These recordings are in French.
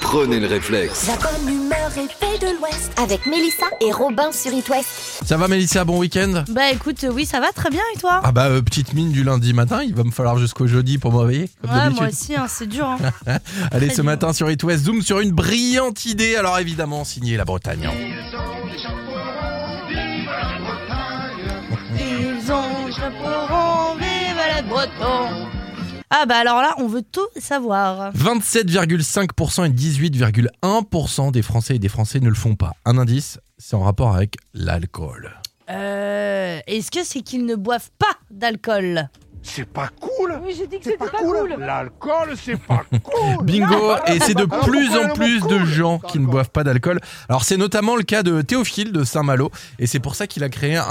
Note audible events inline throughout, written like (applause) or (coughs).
Prenez le réflexe. La bonne humeur est faite de l'Ouest avec Mélissa et Robin sur It West. Ça va Mélissa, bon week-end Bah écoute, euh, oui, ça va très bien et toi Ah bah euh, petite mine du lundi matin, il va me falloir jusqu'au jeudi pour me réveiller, comme Ouais, moi d'habitude. aussi, hein, c'est dur. (laughs) hein. Allez, très ce dur. matin sur It West, zoom sur une brillante idée, alors évidemment signé la Bretagne. Ils ont chapeau rond, vive la Breton. Ah bah alors là, on veut tout savoir. 27,5% et 18,1% des Français et des Français ne le font pas. Un indice, c'est en rapport avec l'alcool. Euh, Est-ce que c'est qu'ils ne boivent pas d'alcool C'est pas cool Oui, j'ai dit que C'est c'était pas, pas, cool, cool. L'alcool, (laughs) c'est pas cool Bingo Et c'est de Alors, plus pourquoi en le plus mot de cool gens qui ne D'accord. boivent pas d'alcool. Alors c'est notamment le cas de Théophile de Saint-Malo, et c'est pour ça qu'il a créé un,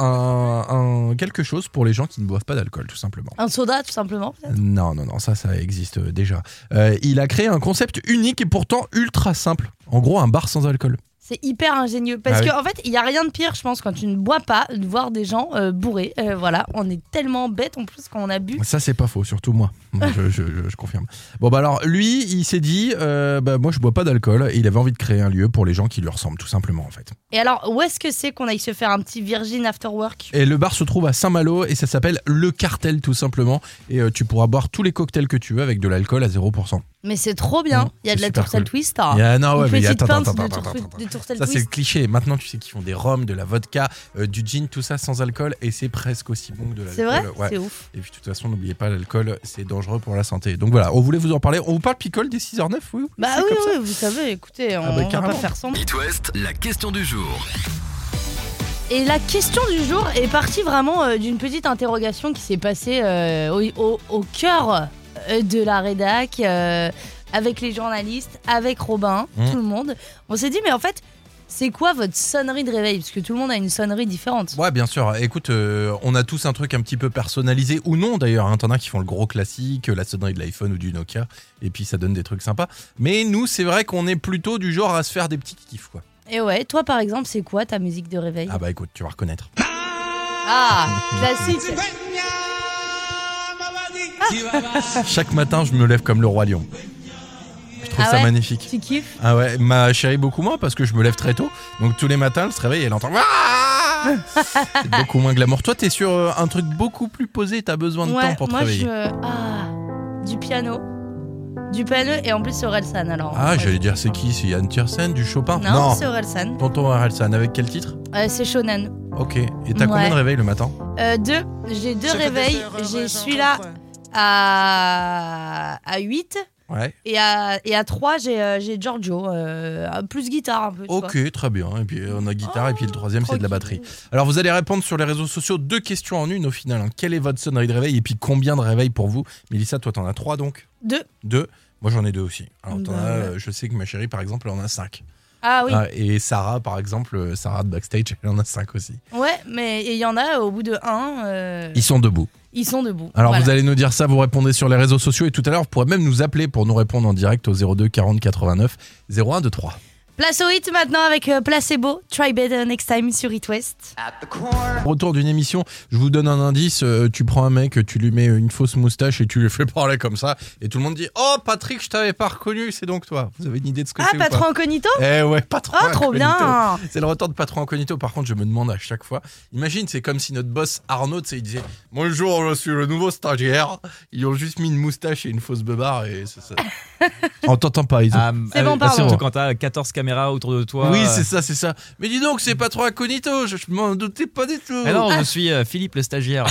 un- quelque chose pour les gens qui ne boivent pas d'alcool, tout simplement. Un soda, tout simplement peut-être Non, non, non, ça, ça existe euh, déjà. Euh, il a créé un concept unique et pourtant ultra simple. En gros, un bar sans alcool. C'est hyper ingénieux. Parce Ah oui. qu'en fait, il n'y a rien de pire, je pense, quand tu ne bois pas, de voir des gens euh, bourrés. Euh, voilà, on est tellement bête en plus quand on a bu. Ça, c'est pas faux, surtout moi. Moi, Je, je- je- je confirme. Bon, bah alors, lui, il s'est dit, euh, bah, moi, je bois pas d'alcool. Et il avait envie de créer un lieu pour les gens qui lui ressemblent, tout simplement, en fait. Et alors, où est-ce que c'est qu'on aille se faire un petit Virgin After Work Et le bar se trouve à Saint-Malo et ça s'appelle Le Cartel, tout simplement. Et euh, tu pourras boire tous les cocktails que tu veux avec de l'alcool à 0%. Mais c'est trop bien. Mmh, Il y a de c'est la super tourtelle cool. twist. hein. Il y a- non, ouais, Ah. Une mais il y a- petite attends, pinte attends, de attends, tourte- attends, attends. de tourtelle Ça, c'est le twist. cliché. Maintenant, tu sais qu'ils font des rhums, de la vodka, euh, du gin, tout ça sans alcool. Et c'est presque aussi bon que de l'alcool. C'est vrai Ouais. C'est ouf. Et puis, de toute façon, n'oubliez pas, l'alcool, c'est dangereux pour la santé. Donc voilà, on voulait vous en parler. On vous parle picole dès 6h09, oui, oui Bah c'est oui, comme ça. oui, vous savez, écoutez, on bah, va carrément. pas faire semblant. It West, la question du jour. Et la question du jour est partie vraiment euh, d'une petite interrogation qui s'est passée euh, au, au- au cœur euh, de la rédac, euh, avec les journalistes, avec Robin, Mmh. tout le monde. On s'est dit, mais en fait, c'est quoi votre sonnerie de réveil Parce que tout le monde a une sonnerie différente. Ouais, bien sûr. Écoute, euh, on a tous un truc un petit peu personnalisé ou non d'ailleurs. hein. T'en as qui font le gros classique, euh, la sonnerie de l'iPhone ou du Nokia, et puis ça donne des trucs sympas. Mais nous, c'est vrai qu'on est plutôt du genre à se faire des petits kiffs, quoi. Et ouais, toi par exemple, c'est quoi ta musique de réveil Ah bah écoute, tu vas reconnaître. Ah, classique Chaque matin, je me lève comme le roi lion. Je trouve Ah ça ouais magnifique. Tu kiffes Ah ouais, ma chérie beaucoup moins parce que je me lève très tôt. Donc tous les matins, elle se réveille et elle entend. Ah (laughs) C'est beaucoup moins glamour. Toi, t'es sur euh, un truc beaucoup plus posé. T'as besoin de temps Ouais, pour te moi réveiller. je. Ah, du piano. Du piano et en plus c'est Orelsan alors. Ah, Ouais, j'allais je dire, kiffe, c'est hein. qui C'est Yann Tiersen du Chopin Non, c'est Orelsan. Tonton Harrelson, avec quel titre Euh, c'est Shonen. Ok. Et t'as combien Ouais. de réveils le matin Euh, deux. J'ai deux réveils. J'ai celui-là à... à 8 Ouais. et à, et à 3, j'ai, euh, j'ai Giorgio. euh, plus guitare un peu. tu vois. Ok, très bien. Et puis euh, on a guitare, et puis le troisième, c'est de la batterie. Oh, Tranquille. Alors vous allez répondre sur les réseaux sociaux deux questions en une au final. hein. Quelle est votre sonnerie de réveil et puis combien de réveils pour vous Mélissa, toi t'en as trois donc Deux. Deux Moi j'en ai deux aussi. Alors t'en Bah, as, euh, je sais que ma chérie par exemple elle en a cinq. Ah oui. Ah, et Sarah par exemple, euh, Sarah de backstage, elle en a cinq aussi. Ouais, mais il y en a au bout de un. euh, Ils sont debout. ils sont debout. Alors Voilà. vous allez nous dire ça, vous répondez sur les réseaux sociaux et tout à l'heure vous pourrez même nous appeler pour nous répondre en direct au 02 40 89 01 23. Place au hit maintenant avec euh, Placebo. Try better next time sur It West. Retour d'une émission, je vous donne un indice, euh, tu prends un mec, tu lui mets une fausse moustache et tu lui fais parler comme ça, et tout le monde dit Oh Patrick, je t'avais pas reconnu, c'est donc toi. Vous avez une idée de ce que Ah, c'est ou patron incognito pas Eh ouais, patron Oh, trop incognito. bien C'est le retour de patron incognito, par contre je me demande à chaque fois, imagine c'est comme si notre boss Arnaud, tu sais, il disait Bonjour, je suis le nouveau stagiaire, ils ont juste mis une moustache et une fausse beubare et c'est ça. On t'entend pas, ils euh, Ah, C'est bon, avec- pardon. Surtout quand t'as 14 caméras autour de toi. euh. Oui, c'est ça, c'est ça. Mais dis donc, c'est patron incognito, je, je m'en doutais pas du tout. Ah non, je suis euh, Philippe le (laughs) stagiaire.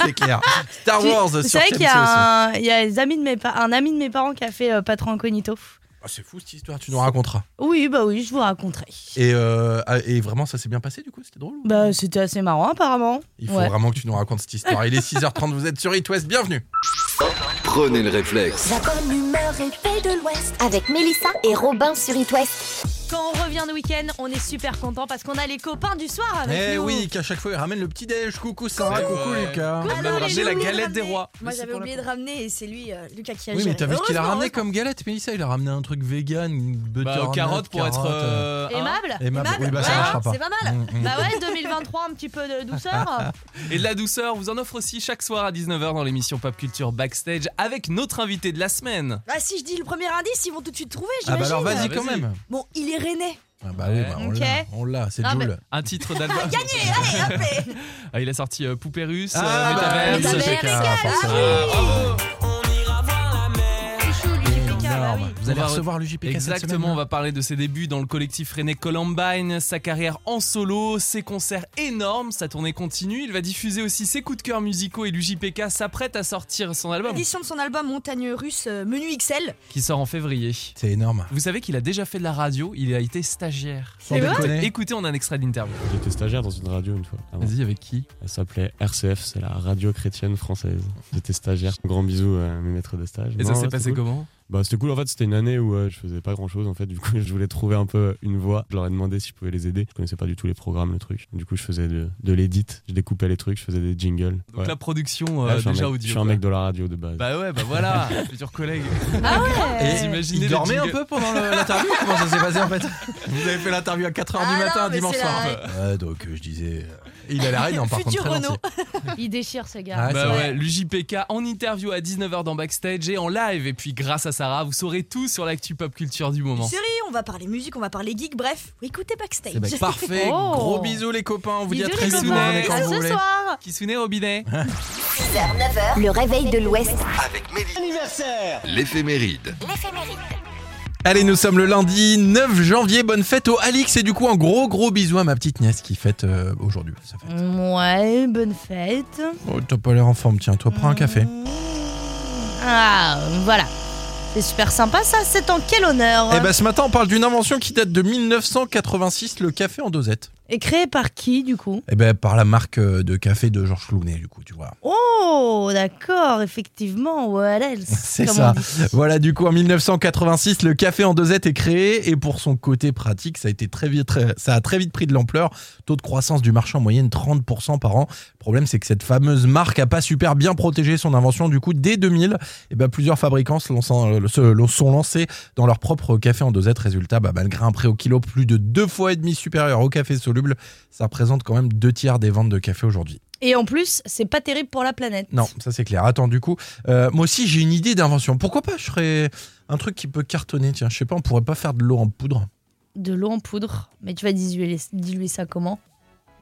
c'est clair. (laughs) Star Tu- Wars sur C'est vrai qu'il y TMC a, aussi. un, il y a les amis de mes pa- un ami de mes parents qui a fait euh, patron incognito. Ah, c'est fou cette histoire, tu nous raconteras. Oui, bah oui, je vous raconterai. Et, euh, ah, et vraiment, ça s'est bien passé du coup, c'était drôle ou- Bah, c'était assez marrant apparemment. Il faut ouais. vraiment que tu nous racontes cette histoire. Il est 6h30, vous êtes sur It West, bienvenue Prenez le réflexe. La bonne humeur est faite de l'Ouest avec Mélissa et Robin sur It West. Quand on revient de week-end, on est super content parce qu'on a les copains du soir avec Eh nous. oui, qu'à chaque fois, il ramène le petit déj. Coucou Sarah, Ouais. coucou Lucas. Coucou, On a les ramené la loulous. galette des rois. Moi Mais c'est j'avais pour la oublié de ramener et c'est lui, euh, Lucas qui a Oui, mais géré. t'as vu ce qu'il a Heureusement, ramené comme galette, Mélissa Il a ramené un truc vegan, une butter Bah, nut, carottes pour être. carottes, euh, euh, hein. Aimable. aimable. aimable. Oui, bah ça Ouais, marchera pas. c'est pas mal. Mm, mm. Bah ouais, 2023, un petit peu (laughs) de douceur. Et de la douceur, on vous en offre aussi chaque soir à 19h dans l'émission Pop Culture Backstage avec notre invité de la semaine. Ah, si je dis le premier indice, ils vont tout de suite trouver, Ah bah j'imagine. alors vas-y quand Vas-y. même. Bon, il est rennais. Ah bah oui, bah, on Ok. l'a, on l'a, c'est Non, mais- Joule. (laughs) Un titre d'album. Gagné, allez, hop et- Ah, il a sorti euh, Poupée Russe, euh, Ah, Metaverse. Metaverse. c'est Metaverse, ça, ah forcément. Ah, bravo. C'est chaud, lui, JPK, Ah bah oui. Vous allez On va- recevoir le JPK cette semaine. hein. Exactement, on va parler de ses débuts dans le collectif René Columbine, sa carrière en solo, ses concerts énormes, sa tournée continue. Il va diffuser aussi ses coups de cœur musicaux et l'UJPK s'apprête à sortir son album Édition de son album Montagne Russe euh, Menu XL. qui sort en février. C'est énorme. Vous savez qu'il a déjà fait de la radio, il a été stagiaire. Sans déconner. Écoutez, on a un extrait d'interview. J'étais stagiaire dans une radio une fois. clairement. Vas-y, avec qui Elle s'appelait RCF, c'est la radio chrétienne française. J'étais stagiaire. Grand bisou à mes maîtres de stage. Et Non, ça s'est ouais, passé c'était cool. comment Bah c'était cool en fait, c'était une année où euh, je faisais pas grand chose en fait. Du coup, (laughs) je voulais trouver un peu une voix. Je leur ai demandé si je pouvais les aider. Je connaissais pas du tout les programmes, le truc. Du coup, je faisais de, de l'édit, je découpais les trucs, je faisais des jingles. Donc Ouais. la production, euh, Là, je suis un déjà mec- audio. Je suis un quoi. mec de la radio de base. Bah ouais, bah voilà, futur collègue. Ah Eh, Et Vous imaginez il le dormait un jingle. peu pendant le- (laughs) l'interview Comment ça s'est passé en fait Vous avez fait l'interview à 4h Ah du non, matin mais dimanche c'est soir. la- Ouais, donc euh, je disais. euh, Il a la reine en par contre. Futur très lancé. Renault. Il déchire ce gars. Ah, c'est Bah vrai. ouais, l'UJPK en interview à 19h dans Backstage et en live. Et puis grâce à Sarah, vous saurez tout sur l'actu pop culture du moment. Série, on va parler musique, on va parler geek, bref, écoutez backstage. (laughs) C'est Parfait. (laughs) Oh. Gros bisous les copains. On vous dit à Bisous, très les soon. copains. venez quand À vous ce voulez. soir. Qui Kitsune Robinet Le réveil de l'Ouest. Avec Mélie. L'éphéméride. Allez, nous sommes le lundi 9 janvier. Bonne fête au Alix. Et du coup, un gros gros bisou à ma petite nièce qui fête euh, aujourd'hui. Ça Mm. fait. Ouais, bonne fête. Oh, t'as pas l'air en forme. Tiens, toi, prends un café. Ah, voilà. C'est super sympa ça, c'est en quel honneur Eh ben, ce matin, on parle d'une invention qui date de 1986, le café en dosette. Et créé par qui du coup Eh ben, par la marque euh, de café de Georges Clooney, du coup, tu vois. Oh, d'accord, effectivement, what else (laughs) C'est comme ça. on dit. Voilà, du coup, en 1986, le café en dosette est créé et pour son côté pratique, ça a, été très vite, très- ça a très vite pris de l'ampleur. Taux de croissance du marché en moyenne 30% par an. Le problème, c'est que cette fameuse marque a pas super bien protégé son invention. Du coup, dès 2000, eh ben, plusieurs fabricants se, lançant- euh, se lan- sont lancés dans leur propre café en dosette. Résultat, bah, malgré un prix au kilo plus de deux fois et demi supérieur au café soluble, ça représente quand même deux tiers des ventes de café aujourd'hui. Et en plus, c'est pas terrible pour la planète. Non, ça c'est clair. Attends, du coup, euh, moi aussi j'ai une idée d'invention. Pourquoi pas Je ferais un truc qui peut cartonner. Tiens, je sais pas, on pourrait pas faire de l'eau en poudre. De l'eau en poudre, mais tu vas diluer, diluer ça comment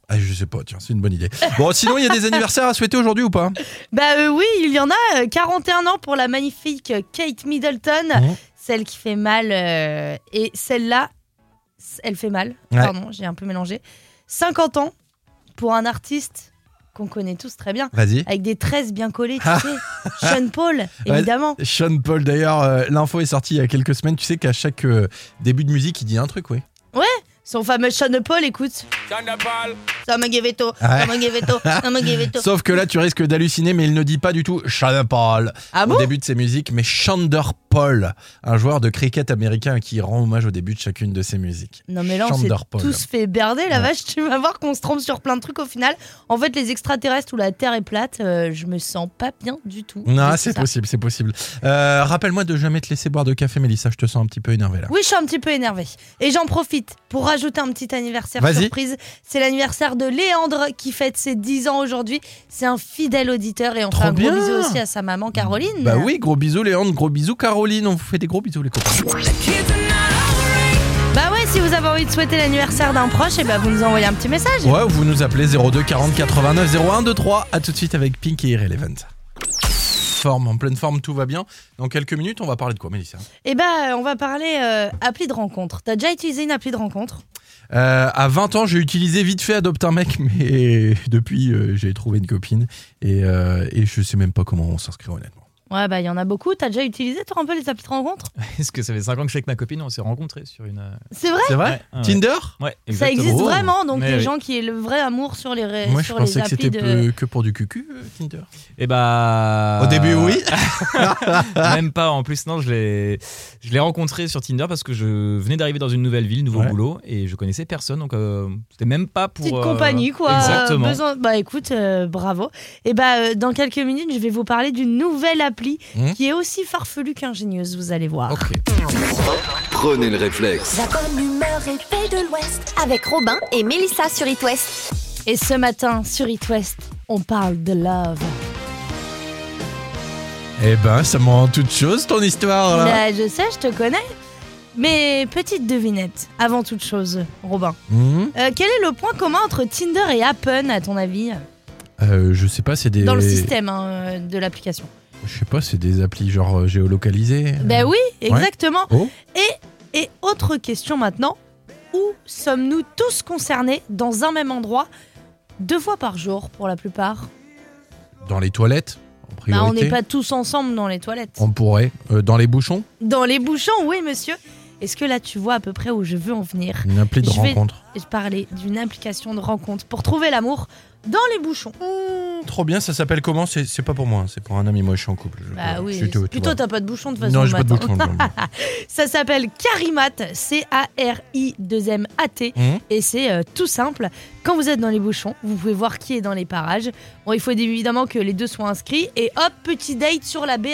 Ah, je sais pas, tiens, c'est une bonne (laughs) idée. Bon, sinon, il y a des anniversaires à souhaiter aujourd'hui ou pas Bah euh, oui, il y en a euh, 41 ans pour la magnifique euh, Kate Middleton, Mhm. celle qui fait mal euh, et celle-là, c- elle fait mal. Ouais. Pardon, j'ai un peu mélangé. 50 ans pour un artiste qu'on connaît tous très bien, Vas-y. avec des tresses bien collées, tu sais. Sean Paul, évidemment. Sean Paul, d'ailleurs, euh, l'info est sortie il y a quelques semaines. Tu sais qu'à chaque euh, début de musique, il dit un truc, oui. Son fameux Sean Paul, écoute. Sean Paul. Geveto, Ouais. Geveto, Geveto. Sauf que là, tu risques d'halluciner, mais il ne dit pas du tout Sean Paul Ah au bon début de ses musiques, mais Chandler Paul, un joueur de cricket américain qui rend hommage au début de chacune de ses musiques. Non mais là on s'est Chandler Paul. tous fait berder la Ouais. vache, (laughs) tu vas voir qu'on se trompe sur plein de trucs au final. En fait les extraterrestres ou la Terre est plate, euh, je me sens pas bien du tout. Non, de c'est ça. possible, c'est possible. Euh, Rappelle-moi de jamais te laisser boire de café, Mélissa, je te sens un petit peu énervé là. Oui, je suis un petit peu énervée. Et j'en profite pour rajouter un petit anniversaire Vas-y. surprise. C'est l'anniversaire de Léandre qui fête ses 10 ans aujourd'hui. C'est un fidèle auditeur et on Trop fait un bien. gros bisou aussi à sa maman Caroline. Bah oui, gros bisous Léandre, gros bisous Caroline, on vous fait des gros bisous les copains. Bah ouais, si vous avez envie de souhaiter l'anniversaire d'un proche, et bah vous nous envoyez un petit message. Ouais, vous nous appelez 02 40 89 01 23, à tout de suite avec Pink et Irrelevant. Forme, en pleine forme, tout va bien. Dans quelques minutes, on va parler de quoi, Mélissa Et bah euh, on va parler euh, appli de rencontre. T'as déjà utilisé une appli de rencontre Euh, À 20 ans, j'ai utilisé vite fait Adopte un mec, (laughs) mais depuis, euh, j'ai trouvé une copine et, euh, et je sais même pas comment on s'inscrit honnêtement. Ouais, bah il y en a beaucoup. T'as déjà utilisé, toi, un peu les applis de rencontre Parce que ça fait 5 ans que je suis avec ma copine, on s'est rencontrés sur une. euh, C'est vrai C'est vrai ouais, ouais, Tinder ouais, Ça exactement. existe Oh. vraiment, donc Mais les oui. gens qui aient le vrai amour sur les, ré- Moi, je sur les pensais que applis c'était de. peu- que pour du cucu, euh, Tinder. Et bah. Au début, oui. Ah. Même pas. En plus, non, je l'ai, je l'ai rencontré sur Tinder parce que je venais d'arriver dans une nouvelle ville, nouveau Ouais. boulot, et je connaissais personne, donc euh, c'était même pas pour. Petite euh, compagnie, quoi. Exactement. Besoin- Bah écoute, euh, bravo. Et bah euh, dans quelques minutes, je vais vous parler d'une nouvelle appli Hmm. qui est aussi farfelue qu'ingénieuse, vous allez voir. Ok. Prenez le réflexe. La bonne humeur et paix de l'Ouest avec Robin et Mélissa sur It West. Et ce matin, sur It West, on parle de love. Eh ben, ça m'en rend toute chose, ton histoire, là. Bah, je sais, je te connais. Mais petite devinette, avant toute chose, Robin. Mhm. Euh, quel est le point commun entre Tinder et Appen, à ton avis Euh, je sais pas, c'est des. Dans le système hein, euh, de l'application. Je sais pas, c'est des applis genre euh, géolocalisées. Ben oui, exactement. Oh. Et, et autre question maintenant, où sommes-nous tous concernés dans un même endroit deux fois par jour pour la plupart Dans les toilettes, en Bah, On priorité. n'est pas tous ensemble dans les toilettes. On pourrait. Euh, dans les bouchons, Dans les bouchons, oui monsieur. Est-ce que là tu vois à peu près où je veux en venir une appli de Je vais- rencontre. Je parlais d'une application de rencontre pour trouver l'amour dans les bouchons. Euh, Hmm, Trop bien, ça s'appelle comment C'est c'est pas pour moi, hein, c'est pour un ami. Moi, je suis en couple. Je- Bah oui, je suis tout- tout plutôt bas. t'as pas de bouchon de toute façon. Non, le j'ai pas de matin. bouchon. je- (laughs) Ça s'appelle Carimat, C-A-R-I-2-M-A-T. Mhm. Et c'est euh, tout simple. Quand vous êtes dans les bouchons, vous pouvez voir qui est dans les parages. Bon, il faut évidemment que les deux soient inscrits. Et hop, petit date sur la BAU.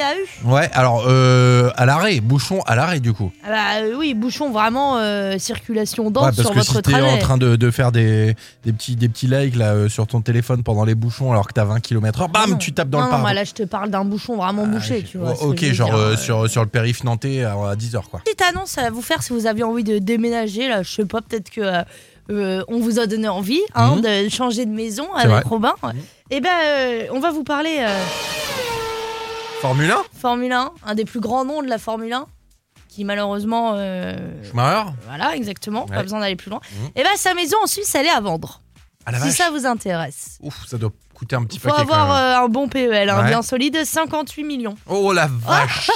ouais, alors, euh, à l'arrêt, bouchon à l'arrêt, du coup. Ah bah euh, oui, bouchon vraiment euh, circulation Ouais, dense parce sur que votre si t'es trajet. en train de, de faire des, des, petits, des petits likes là, euh, sur ton téléphone pendant les bouchons alors que t'as 20 km/h, bam, Non. tu tapes dans non, le non, parc. bah là je te parle d'un bouchon vraiment bouché, tu vois. ce que je Ah, ok, veux genre dire. euh, sur, sur le périph' nantais à, 10h quoi. Petite annonce à vous faire si vous avez envie de déménager, là, je sais pas, peut-être que euh, euh, on vous a donné envie hein, Mhm. de changer de maison C'est avec vrai. Mhm. Robin. Et ben, euh, on va vous parler euh, Formule 1 Formule 1, un des plus grands noms de la Formule 1, qui malheureusement, euh, Schumacher voilà, exactement, Ouais. pas besoin d'aller plus loin. Mhm. Et ben, sa maison en Suisse, elle est à vendre. Ah la si vache ça vous intéresse. Ouf, ça doit coûter un petit Il faut paquet quand avoir même. euh, un bon PEL, hein, Ouais. bien solide, 58 millions. Oh la (laughs) vache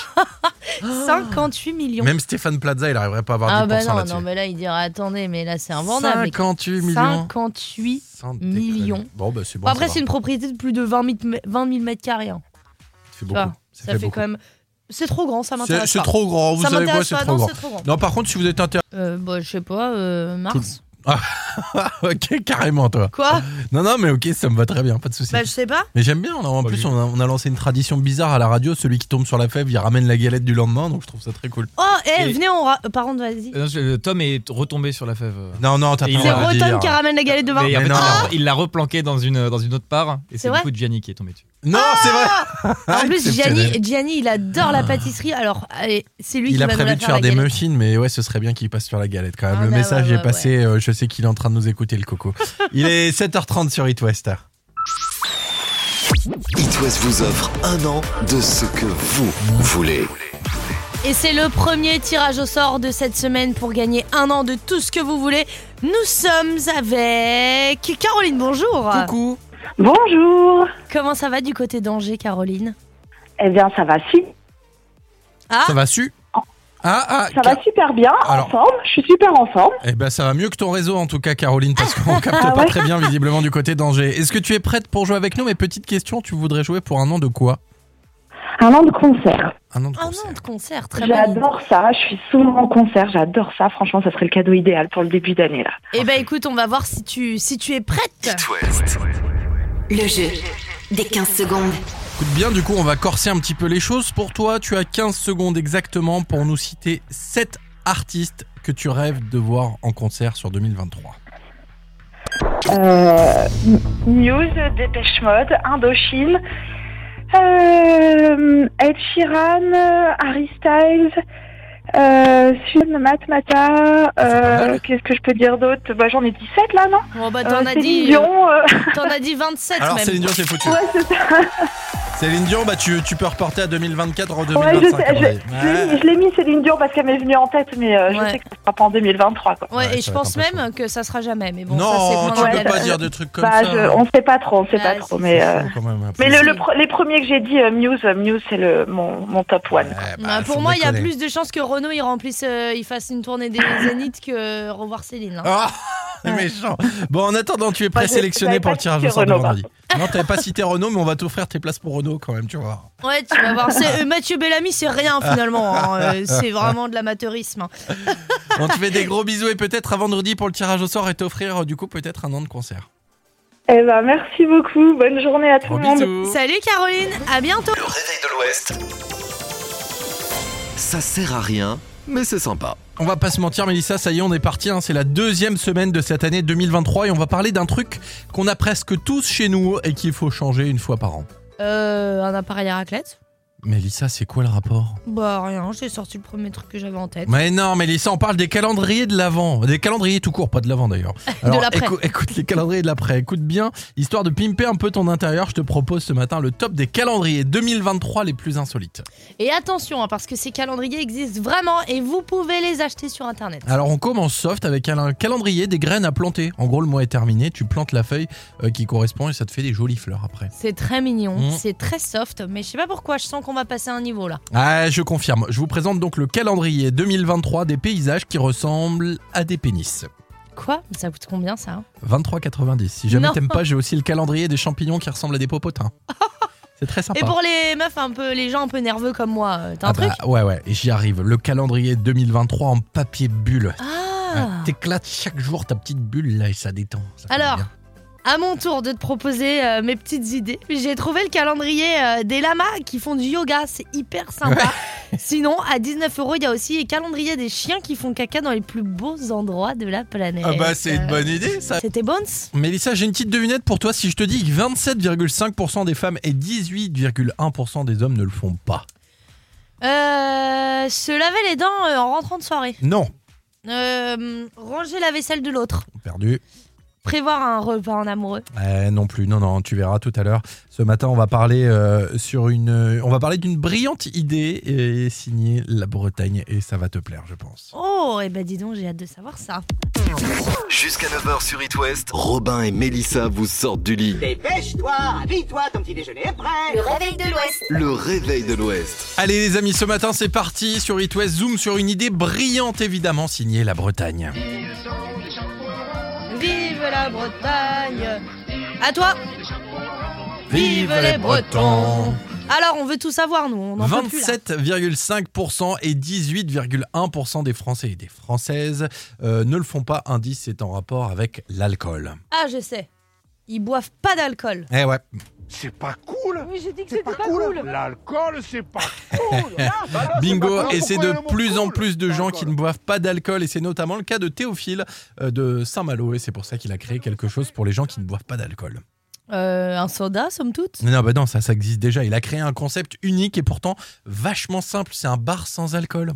58 millions. Oh. Même Stéphane Plaza, il arriverait pas à avoir Ah 10% bah non, là-dessus. non, mais là il dira attendez, mais là c'est invendable. les gars. 58 millions. 58 Sans déconner. millions. Bon, bah c'est bon. Bon, après, ça c'est va. une propriété de plus de 20 000, 20 000 mètres carrés. hein. Ça fait tu beaucoup. vois, Ça, fait, beaucoup. quand même. C'est trop grand, ça C'est- m'intéresse C'est pas. trop grand, vous ça savez quoi, m'intéresse c'est pas, trop non, grand. c'est trop grand. Non, par contre, si vous êtes intéressé. Euh, bah, je sais pas, euh, Mars (laughs) ok, carrément, toi. Quoi Non, non, mais ok, ça me va très bien, pas de soucis. Bah, je sais pas. Mais j'aime bien, on a- en Pas plus lui. on a, on a lancé une tradition bizarre à la radio, celui qui tombe sur la fève, il ramène la galette du lendemain, donc je trouve ça très cool. Oh, eh, Et- venez, on. ra- euh, Par contre, vas-y. Euh, non, je- Tom est retombé sur la fève. euh. Non, non, t'as pas Et le il C'est droit de le Rotom dire. qui ramène la galette de vin. Mais en Mais fait, il non. l'a- il l'a replanqué dans une, dans une autre part, et c'est vrai du coup Gianni qui est tombé dessus. Non, c'est vrai Ah En plus, Exceptionnel. Ah. Gianni, Gianni, il adore la pâtisserie. Alors, allez, c'est lui qui Il a va nous prévu la de la faire des galette. muffins, mais ouais, ce serait bien qu'il passe sur la galette quand même. Ah, le bah, message ouais, est ouais, passé, euh, je sais qu'il est en train de nous écouter, le coco. il (laughs) est 7h30 sur It West. It West vous offre un an de ce que vous voulez. Et c'est le premier tirage au sort de cette semaine pour gagner un an de tout ce que vous voulez. Nous sommes avec Caroline, bonjour. Coucou Bonjour. Comment ça va du côté d'Angers, Caroline Eh bien, ça va, si. Ah, Ça va su Ah, ah, ça Ca- va super bien, Alors- en forme. Je suis super en forme. Eh ben, ça va mieux que ton réseau en tout cas, Caroline, parce (laughs) qu'on capte Ah pas ouais très bien visiblement du côté d'Angers. Est-ce que tu es prête pour jouer avec nous Mes petites questions, tu voudrais jouer pour un an de quoi Un an de concert. Un an de un concert. an de concert, très bien. J'adore ça. Je suis souvent en concert. J'adore ça. Franchement, ça serait le cadeau idéal pour le début d'année, là. Eh ben écoute, on va voir si tu, si tu es prête. It West. Le jeu des 15 secondes. Écoute bien, du coup, on va corser un petit peu les choses. Pour toi, tu as 15 secondes exactement pour nous citer 7 artistes que tu rêves de voir en concert sur 2023. Euh, News, Dépêche Mode, Indochine, euh, Ed Sheeran, euh, Harry Styles, Euh, Susan Matmata, euh, qu'est-ce que je peux dire d'autre bah, J'en ai 17 là, non Bon, bah, t'en Euh, as Céline dit. Dion, euh, T'en as dit 27 Alors même. Céline Dion, c'est foutu. ouais, c'est ça. Céline Dion, bah tu, tu peux reporter à 2024 ou Ouais, 2025. je sais, à mon je- avis. je l'ai mis- je l'ai mis Céline Dion parce qu'elle m'est venue en tête, mais euh, je Ouais. sais que ça sera pas en 2023. Quoi. Ouais, Ouais, et ça je va être pense un peu même que ça sera jamais. Mais bon, ça, c'est non, point tu ouais, peux de- pas euh, dire de trucs comme Bah, ça. hein. Eh, je- on sait pas trop, on sait Ah, pas si, trop, si, mais. si. euh, Quand même, un peu. Mais le, Si. le pre- les premiers que j'ai dit, euh, Muse, euh, Muse c'est le mon, mon top one. Ouais, Ouais, bah, pour sans moi, il y a déconner. plus de chances que Renault il remplisse, euh, il fasse une (coughs) tournée des Zénith que revoir Céline. hein. Ah, (laughs) méchant. Bon, en attendant, tu es Moi, Bah, je- présélectionné j'avais pour pas le tirage au cité sort de Renaud, vendredi. Non, t'avais pas cité Renault, mais on va t'offrir tes places pour Renault quand même, tu vois. Ouais, tu vas voir. C'est- euh, Mathieu Bellamy, c'est rien finalement. hein. Euh, c'est vraiment de l'amateurisme. hein. On te fait des gros bisous et peut-être à vendredi pour le tirage au sort et t'offrir euh, du coup peut-être un an de concert. Eh ben, merci beaucoup. Bonne journée à tout Gros le monde. bisous. Salut Caroline, à bientôt. Le réveil de l'Ouest. Ça sert à rien, mais c'est sympa. On va pas se mentir, Mélissa, ça y est, on est parti. hein. C'est la deuxième semaine de cette année 2023 et on va parler d'un truc qu'on a presque tous chez nous et qu'il faut changer une fois par an. Euh, un appareil à raclette Mélissa, c'est quoi le rapport Bah rien, j'ai sorti le premier truc que j'avais en tête. Mais non, Mélissa, on parle des calendriers de l'avant. Des calendriers tout court, pas de l'avant d'ailleurs. Alors, l'après. écou- écoute les calendriers de l'après. Écoute bien, histoire de pimper un peu ton intérieur, je te propose ce matin le top des calendriers 2023 les plus insolites. Et attention, hein, parce que ces calendriers existent vraiment et vous pouvez les acheter sur internet. Alors, on commence soft avec un calendrier des graines à planter. En gros, le mois est terminé, tu plantes la feuille euh, qui correspond et ça te fait des jolies fleurs après. C'est très mignon, Mm. c'est très soft, mais je sais pas pourquoi je sens qu'on va passer un niveau là. Ah, je confirme. Je vous présente donc le calendrier 2023 des paysages qui ressemblent à des pénis. Quoi Ça coûte combien ça hein 23,90. Si jamais Non. t'aimes pas, j'ai aussi le calendrier des champignons qui ressemblent à des (laughs) popotins. C'est très sympa. Et pour les meufs un peu, les gens un peu nerveux comme moi, euh, t'as un Ah truc bah, Ouais, ouais, j'y arrive. Le calendrier 2023 en papier bulle. Ah Ouais, T'éclates chaque jour ta petite bulle là et ça détend. ça fait Alors, du bien. À mon tour de te proposer euh, mes petites idées. J'ai trouvé le calendrier euh, des lamas qui font du yoga, c'est hyper sympa. (laughs) Sinon, à 19 euros, il y a aussi le calendrier des chiens qui font caca dans les plus beaux endroits de la planète. Ah bah, c'est une bonne euh, idée ça. C'était Bones Mélissa, j'ai une petite devinette pour toi. Si je te dis que 27,5% des femmes et 18,1% des hommes ne le font pas. euh, Se laver les dents euh, en rentrant de soirée. Non, Euh, ranger la vaisselle de l'autre. perdu. Prévoir un repas en amoureux. Euh, non plus, non, non, tu verras tout à l'heure. Ce matin, on va parler euh, sur une, euh, on va parler d'une brillante idée et signée la Bretagne et ça va te plaire, je pense. Oh, et ben dis donc, j'ai hâte de savoir ça. Jusqu'à 9h sur It West, Robin et Mélissa vous sortent du lit. Dépêche-toi, habille-toi, ton petit déjeuner est prêt. Le réveil de l'Ouest. Le réveil de l'Ouest. Allez les amis, ce matin c'est parti sur It West Zoom sur une idée brillante évidemment signée la Bretagne. Vive la Bretagne À toi Vive les Bretons Alors, on veut tout savoir, nous. On en peut plus, là. 27,5% et 18,1% des Français et des Françaises euh, ne le font pas. Indice, c'est en rapport avec l'alcool. Ah, je sais. Ils boivent pas d'alcool. Eh ouais. C'est pas cool. Oui, j'ai dit que C'est pas, cool. L'alcool, (laughs) c'est pas cool. Ah, bah Bingo, et Ah, c'est de plus en plus de gens qui ne boivent pas d'alcool, et c'est notamment le cas de Théophile euh, de Saint-Malo, et c'est pour ça qu'il a créé quelque chose pour les gens qui ne boivent pas d'alcool. Euh, un soda, somme toute Non, bah non, ça, ça existe déjà. Il a créé un concept unique et pourtant vachement simple. C'est un bar sans alcool.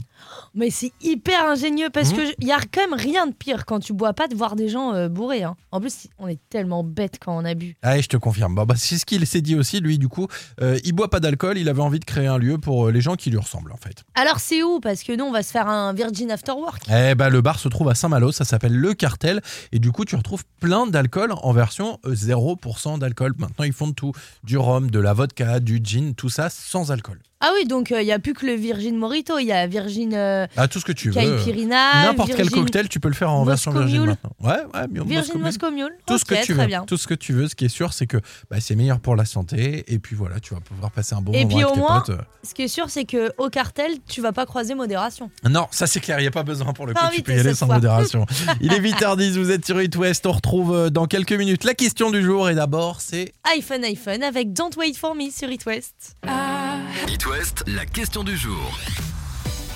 Mais c'est hyper ingénieux parce Mhm. que qu'il y a quand même rien de pire quand tu bois pas de voir des gens euh, bourrés. hein. En plus, on est tellement bête quand on a bu. Ah, je te confirme. Bah, bah, c'est ce qu'il s'est dit aussi, lui, du coup. Euh, il boit pas d'alcool, il avait envie de créer un lieu pour euh, les gens qui lui ressemblent, en fait. Alors, c'est où Parce que nous, on va se faire un Virgin After Work. Eh bah, le bar se trouve à Saint-Malo, ça s'appelle Le Cartel, et du coup, tu retrouves plein d'alcool en version euh, 0% d'alcool. Maintenant, ils font de tout. Du rhum, de la vodka, du gin, tout ça sans alcool. Ah oui, donc il y a plus que le Virgin Morito. Il y a Virgin euh, Ah, tout ce que tu veux. Caipirina. N'importe quel Virgin- cocktail, tu peux le faire en Moscow version virgin Mule. maintenant. Ouais, ouais, mais on- Virgin Moscow Mule. Moscow Mule. tout ce Ok, que tu très veux, bien. tout ce que tu veux. Ce qui est sûr, c'est que bah, c'est meilleur pour la santé. Et puis voilà, tu vas pouvoir passer un bon Et moment puis avec au tes moins- potes. Ce qui est sûr, c'est que au cartel, tu vas pas croiser modération. Non, ça c'est clair, il n'y a pas besoin pour le coup, Pas tu peux invité y aller cette sans fois. (laughs) modération. Il est 8h10, vous êtes sur It West, on retrouve euh, dans quelques minutes la question du jour et d'abord c'est iPhone, iPhone avec Don't Wait For Me sur It West. It West, la question du jour.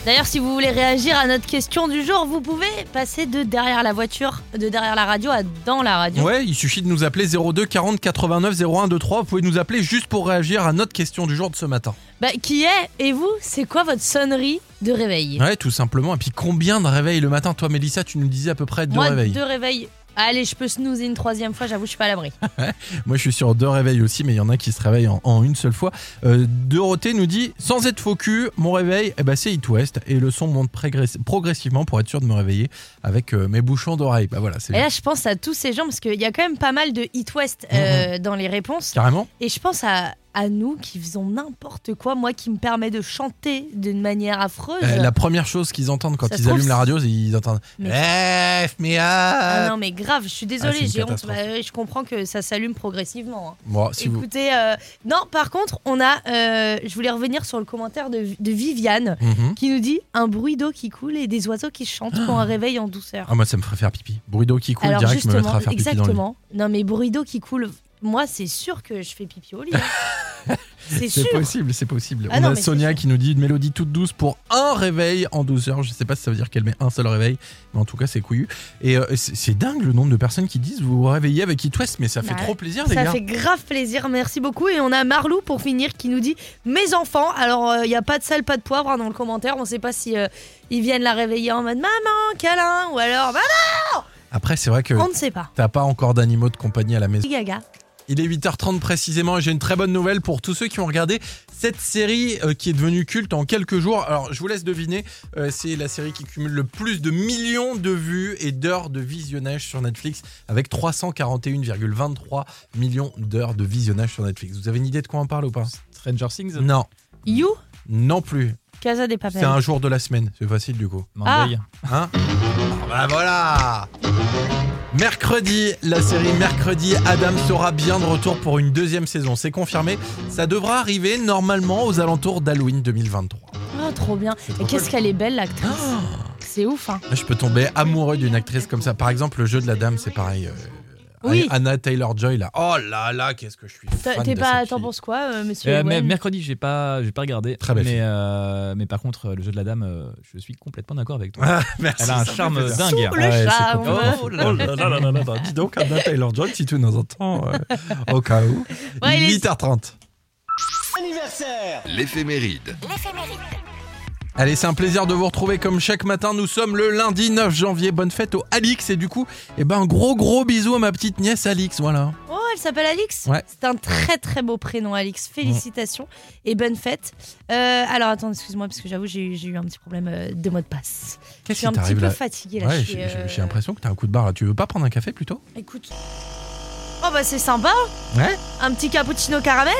D'ailleurs, si vous voulez réagir à notre question du jour, vous pouvez passer de derrière la voiture, de derrière la radio à dans la radio. Ouais, il suffit de nous appeler 02 40 89 01 23, vous pouvez nous appeler juste pour réagir à notre question du jour de ce matin. Bah, qui est Et vous, c'est quoi votre sonnerie de réveil. Ouais, tout simplement. Et puis combien de réveils le matin Toi, Mélissa, tu nous disais à peu près deux Moi, réveils. deux réveils. Allez, je peux snoozer une troisième fois, j'avoue, je suis pas à l'abri. Moi, je suis sur deux réveils aussi, mais il y en a qui se réveillent en, en une seule fois. Euh, Dorothée nous dit Sans être faux cul, mon réveil, eh ben, c'est It West. Et le son monte prégress- progressivement pour être sûr de me réveiller avec euh, mes bouchons d'oreilles. Bah voilà, c'est Et là, je pense à tous ces gens, parce qu'il y a quand même pas mal de hit west euh, dans les réponses. Carrément Et je pense à, à nous qui faisons n'importe quoi, moi qui me permet de chanter d'une manière affreuse. Euh, la première chose qu'ils entendent quand Ça se ils trouve, allument la radio, c'est- ils entendent Eh, Mais- F me up. Ah non, mais grave, je suis Ah, désolée, c'est une j'ai honte. catastrophe. Bah, euh, je comprends que ça s'allume progressivement. hein. Bon, si vous- Écoutez, euh, non, par contre, on a. euh, je voulais revenir sur le commentaire de, de Viviane Mhm. qui nous dit un bruit d'eau qui coule et des oiseaux qui chantent pour un réveil en douceur. Ah, moi, ça me ferait faire pipi. Bruit d'eau qui coule, Alors, direct, je me justement, mettra à faire pipi dans le lit. exactement. non, mais bruit d'eau qui coule, moi, c'est sûr que je fais pipi au lit. hein. (laughs) c'est sûr. C'est possible, c'est possible. Ah On non, a mais c'est Sonia qui nous dit une mélodie toute douce pour un réveil en 12 heures. Je sais pas si ça veut dire qu'elle met un seul réveil, mais en tout cas, c'est couillu. Et euh, c'est c'est dingue le nombre de personnes qui disent vous vous réveillez avec It West, mais ça fait Bah, trop plaisir, les Ça gars. fait grave plaisir, merci beaucoup. Et on a Marlou pour finir qui nous dit Mes enfants, alors il n'y a pas de sel, pas de poivre hein, dans le commentaire, on sait pas si euh, ils viennent la réveiller en mode Maman, câlin, ou alors Maman, Après, c'est vrai que on ne sait pas. t'as pas encore d'animaux de compagnie à la maison. Gaga. Il est 8h30 précisément et j'ai une très bonne nouvelle pour tous ceux qui ont regardé cette série euh, qui est devenue culte en quelques jours. Alors je vous laisse deviner, euh, c'est la série qui cumule le plus de millions de vues et d'heures de visionnage sur Netflix avec 341,23 millions d'heures de visionnage sur Netflix. Vous avez une idée de quoi on parle ou pas Stranger Things Non, You, non plus. Casa des Papel. C'est un jour de la semaine, c'est facile du coup. Monday. Hein Ah bah voilà Mercredi, la série Mercredi, Adam sera bien de retour pour une deuxième saison, c'est confirmé. Ça devra arriver normalement aux alentours d'Halloween 2023. Oh, trop bien. C'est Ah trop Et qu'est-ce cool. qu'elle est belle, l'actrice. C'est ouf, hein. Je peux tomber amoureux d'une actrice comme ça. Par exemple, le jeu de la dame, c'est pareil. euh, Oui. Anna Taylor-Joy, là. Oh là là, qu'est-ce que je suis T'as- fan T'es de pas, cette t'en fille. Eh, penses quoi, euh, monsieur Euh, mais Owen mercredi, j'ai pas, j'ai pas regardé. Très belle mais, fille. euh, mais par contre, euh, le jeu de la dame, euh, je suis complètement d'accord avec toi. Ah, merci, Elle a un ça me charme fait plaisir. dingue. Sous le Ah ouais, c'est charme. complètement fou. Oh là là là là là là. Dis donc, Anna Taylor-Joy, si tu nous entends, euh, au cas où. Ouais, il est- 8h30. L'éphéméride. Allez, c'est un plaisir de vous retrouver comme chaque matin. Nous sommes le lundi 9 janvier. Bonne fête au Alix. Et du coup, eh ben, un gros gros bisou à ma petite nièce Alix. Voilà. Oh, elle s'appelle Alix Ouais. C'est un très très beau prénom, Alix. Félicitations et bonne fête. Euh, alors, attends, excuse-moi, parce que j'avoue, j'ai eu j'ai eu un petit problème euh, de mot de passe. Je suis un petit peu fatiguée là. Ouais, je suis, j'ai j'ai- j'ai euh, l'impression que t'as un coup de barre là. Tu veux pas prendre un café plutôt Écoute. Oh, bah c'est sympa. Ouais. Un petit cappuccino caramel.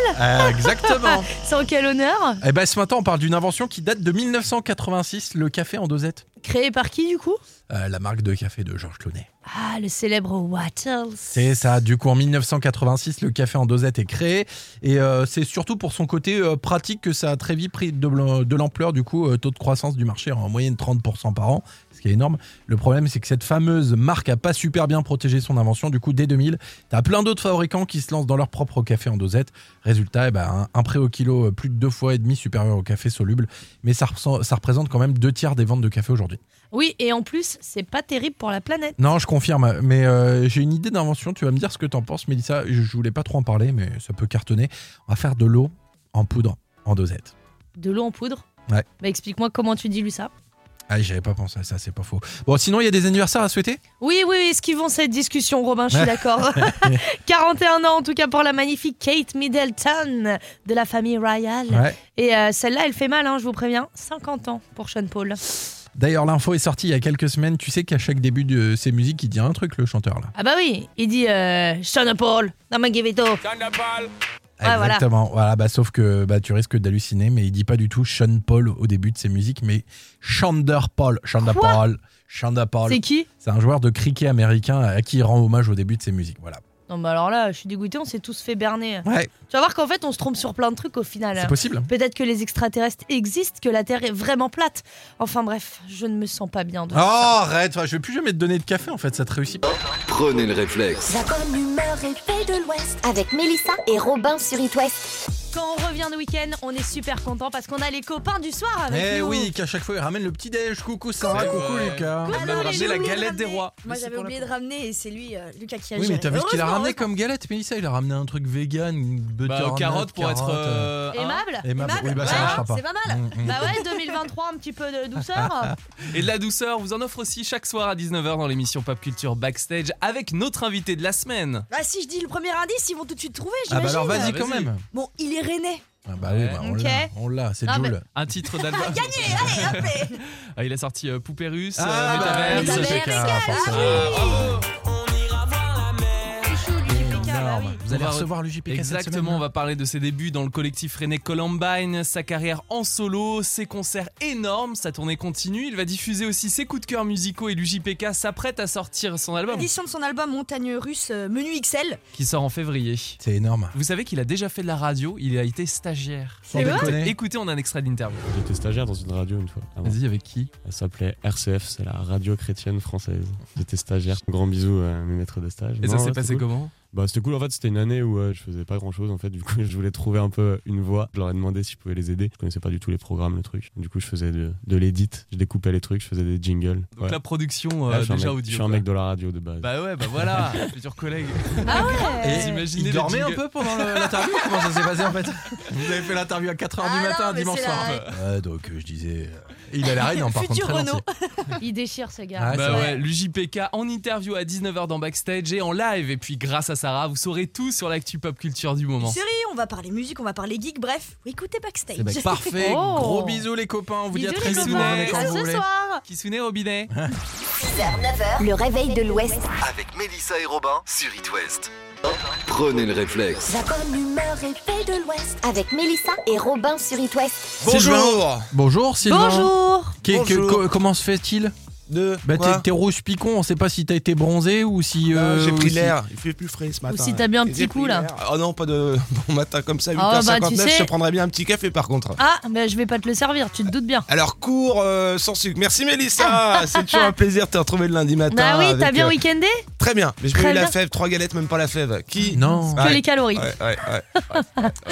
exactement. C'est en quel honneur (laughs) Eh ben, ce matin, on parle d'une invention qui date de 1986, le café en dosette. Créé par qui du coup Euh, la marque de café de Georges Clooney. Ah, le célèbre Wattles. C'est ça. Du coup, en 1986, le café en dosette est créé. Et euh, c'est surtout pour son côté euh, pratique que ça a très vite pris de, bl- de l'ampleur. Du coup, euh, taux de croissance du marché en moyenne 30% par an, ce qui est énorme. Le problème, c'est que cette fameuse marque a pas super bien protégé son invention. Du coup, dès 2000, t'as plein d'autres fabricants qui se lancent dans leur propre café en dosette. Résultat, eh ben, un, un prix au kilo euh, plus de deux fois et demi supérieur au café soluble. Mais ça, représente- ça représente quand même deux tiers des ventes de café aujourd'hui. Oui, et en plus, c'est pas terrible pour la planète. Non, je confirme, mais euh, j'ai une idée d'invention. Tu vas me dire ce que t'en penses, Mélissa. Je, je voulais pas trop en parler, mais ça peut cartonner. On va faire de l'eau en poudre, en dosette. De l'eau en poudre. Ouais. Bah explique-moi comment tu dilues ça. Ah, j'avais pas pensé à ça, c'est pas faux. Bon, sinon, il y a des anniversaires à souhaiter Oui, oui, oui, esquivons cette discussion, (laughs) Robin, je suis d'accord. (laughs) 41 ans en tout cas pour la magnifique Kate Middleton de la famille Royal. Ouais. Et euh, celle-là, elle fait mal, hein, je vous préviens. 50 ans pour Sean Paul. D'ailleurs, l'info est sortie il y a quelques semaines. Tu sais qu'à chaque début de ces musiques, il dit un truc, le chanteur, là. Ah bah oui, il dit euh, Sean Paul, non mais give it all. Ouais, voilà. Exactement. Voilà. bah, sauf que bah, tu risques d'halluciner, mais il dit pas du tout Sean Paul au début de ses musiques, mais Chander Paul. Chander Quoi Paul. Chander Paul. C'est qui C'est un joueur de cricket américain à qui il rend hommage au début de ses musiques. Voilà. Non mais alors là, je suis dégoûté, on s'est tous fait berner. Ouais, Tu vas voir qu'en fait, on se trompe sur plein de trucs au final. c'est possible. Peut-être que les extraterrestres existent, que la Terre est vraiment plate. Enfin bref, je ne me sens pas bien de Oh, arrête, enfin, je vais plus jamais te donner de café en fait, ça te réussit pas. Prenez le réflexe. La bonne humeur est faite de l'Ouest avec Mélissa et Robin sur It West. Quand on revient de week-end, on est super content parce qu'on a les copains du soir avec Eh nous. oui, qu'à chaque fois, il ramène le petit déj. Coucou Sarah, Coucou. coucou Ouais. Lucas. Coucou, Ah, On bah, a voilà. ramené la galette des rois. Moi j'avais oublié de ramener et c'est lui, euh, Lucas, qui a Oui, géré. mais t'as vu ce qu'il a Heureusement, ramené comme galette, Mélissa Il a ramené un truc vegan, une butternut, Bah, carottes pour être, euh, hein. euh, Aimable. Aimable. Oui, bah ça Ouais, marchera pas. C'est pas (laughs) mal. Mm, mm. Bah ouais, 2023, un petit peu de (laughs) douceur. hein. Et de la douceur, vous en offre aussi chaque soir à 19h dans l'émission Pop Culture Backstage avec notre invité de la semaine. Bah si je dis le premier indice, ils vont tout de suite trouver, Ah bah j'imagine. alors vas-y Ah, quand vas-y. même. Bon, il est rennais. Ah bah oui, bah, on Ok. l'a, on l'a, c'est Ah, Joule. Un titre d'album. Allez, (laughs) hop Ah, il a sorti euh, Poupée russe, Ah, euh, Metaverse. Metaverse. Metaverse, Metaverse, forcément. Ah, bravo. C'est chaud, lui, JPK, bah oui. Énorme. Vous allez On va- recevoir le JPK cette semaine. Exactement, on va parler de ses débuts dans le collectif René Columbine, sa carrière en solo, ses concerts énormes, sa tournée continue. Il va diffuser aussi ses coups de cœur musicaux et l'UJPK s'apprête à sortir son album Édition de son album Montagne Russe euh, Menu XL. qui sort en février. C'est énorme. Vous savez qu'il a déjà fait de la radio, il a été stagiaire. Sans déconner. Écoutez, on a un extrait d'interview. J'étais stagiaire dans une radio une fois. avant. Vas-y, avec qui Elle s'appelait RCF, c'est la radio chrétienne française. J'étais stagiaire. Grand bisou à mes maîtres de stage. Et Non, ça ouais, s'est c'était passé cool. comment Bah c'était cool en fait, c'était une année où euh, je faisais pas grand chose en fait, du coup (laughs) je voulais trouver un peu euh, une voie, je leur ai demandé si je pouvais les aider, je connaissais pas du tout les programmes, le truc, du coup je faisais de, de l'édit, je découpais les trucs, je faisais des jingles. Donc Ouais. la production, euh, Là, je suis un déjà mec- audio. Je suis un quoi. mec de la radio de base. Bah ouais, bah (laughs) voilà, futur collègue. Ah ouais. Et Vous imaginez il les dormait un jingles. peu pendant le- (laughs) l'interview ou Comment ça s'est passé en fait Vous avez fait l'interview à 4h Ah du non, matin mais dimanche c'est soir. Bah Ouais, donc euh, je disais. euh, Il a la reine, hein, par contre. Futur très lancé. Il déchire ce gars. Ah, c'est Bah vrai. ouais, l'UJPK en interview à 19h dans Backstage et en live. Et puis grâce à Sarah, vous saurez tout sur l'actu pop culture du moment. Série, on va parler musique, on va parler geek, bref, écoutez Backstage. C'est bien. Eh ben, Parfait. Oh. Gros bisous les copains. On vous dit à Bisous, très les soon. copains. on est quand À vous ce voulez. soir. Kitsune Robinet Hein Le réveil de l'Ouest. Avec Mélissa et Robin sur It West. Prenez le réflexe. La bonne humeur et paix de l'Ouest. Avec Mélissa et Robin sur It West. Bonjour. Bonjour Sylvain. Bonjour. Qu'est- que- Bonjour. co- comment se fait-il De Bah quoi t'es- t'es rouge picon, on sait pas si t'as été bronzé ou si... Ah, euh, J'ai ou pris si- l'air, il fait plus frais ce matin. euh, si t'as bien un Et petit j'ai coup, pris hein. là. l'air. Ah non, pas de (laughs) bon matin comme ça, 8h59, Ah, bah, tu sais- je te prendrais bien un petit café par contre. Ah, mais je vais pas te le servir, tu te doutes bien. Alors cours euh, sans sucre. Merci (laughs) Mélissa, c'est toujours un plaisir de te retrouver le lundi matin. Ah oui, t'as avec, bien euh, week-endé Très bien, mais je Très eu la bien. fève, trois galettes, même pas la fève. Qui Non. Ah, Que ouais. les calories. Ouais, ouais, ouais.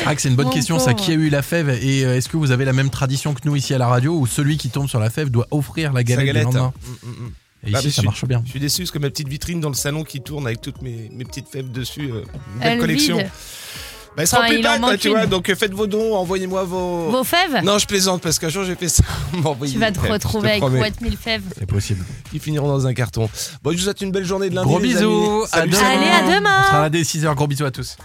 Ah que c'est une bonne Mon question ça, pauvre. qui a eu la fève et euh, est-ce que vous avez la même tradition que nous ici à la radio où celui qui tombe sur la fève doit offrir la Sa galette, galette. du lendemain Mm, mm, mm. Et Bah, ici mais ça je- marche bien. Je suis déçu parce que ma petite vitrine dans le salon qui tourne avec toutes mes, mes petites fèves dessus, euh, une belle Elle collection. vide. Bah, elle se Enfin, remplit il pas, en quoi, manque tu vois. une. Donc euh, faites vos dons, envoyez-moi vos. Vos fèves Non, je plaisante parce qu'un jour j'ai fait ça. (laughs) On m'a envoyé Tu vas une te fève, je retrouver avec promets. What Mille Fèves. C'est possible. Ils finiront dans un carton. Bon, je vous souhaite une belle journée de lundi. Gros les bisous. amis. Salut, demain. Allez, à demain. On sera là dès 6h. Gros bisous à tous.